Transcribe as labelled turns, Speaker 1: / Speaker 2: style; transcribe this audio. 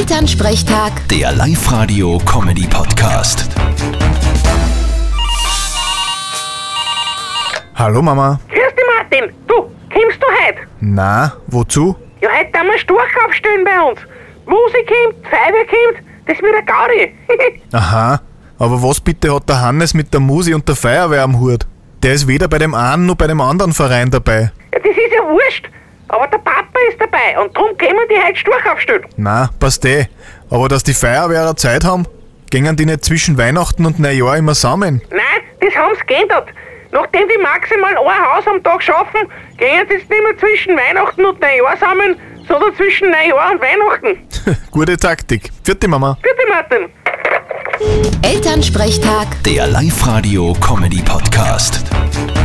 Speaker 1: Elternsprechtag,
Speaker 2: Der Live-Radio-Comedy-Podcast.
Speaker 3: Hallo Mama.
Speaker 4: Grüß dich, Martin. Du, kommst du heute?
Speaker 3: Na, wozu?
Speaker 4: Ja, heute tun wir Storch aufstellen bei uns. Musik kommt, Feuerwehr kommt, das wird ein Gaudi.
Speaker 3: Aha, aber was bitte hat der Hannes mit der Musi und der Feuerwehr am Hut? Der ist weder bei dem einen noch bei dem anderen Verein dabei.
Speaker 4: ja, das ist ja wurscht. Aber der Papa ist dabei und darum können die heute Storch aufstellen.
Speaker 3: Na, passt eh. Aber dass die Feuerwehrer Zeit haben, gingen die nicht zwischen Weihnachten und Neujahr immer zusammen.
Speaker 4: Nein, das haben sie geändert. Nachdem die maximal ein Haus am Tag schaffen, gehen sie jetzt nicht mehr zwischen Weihnachten und Neujahr zusammen, sondern zwischen Neujahr und Weihnachten.
Speaker 3: Gute Taktik. Vierte Mama.
Speaker 4: Bitte, Martin.
Speaker 1: Elternsprechtag.
Speaker 2: Der Live-Radio-Comedy-Podcast.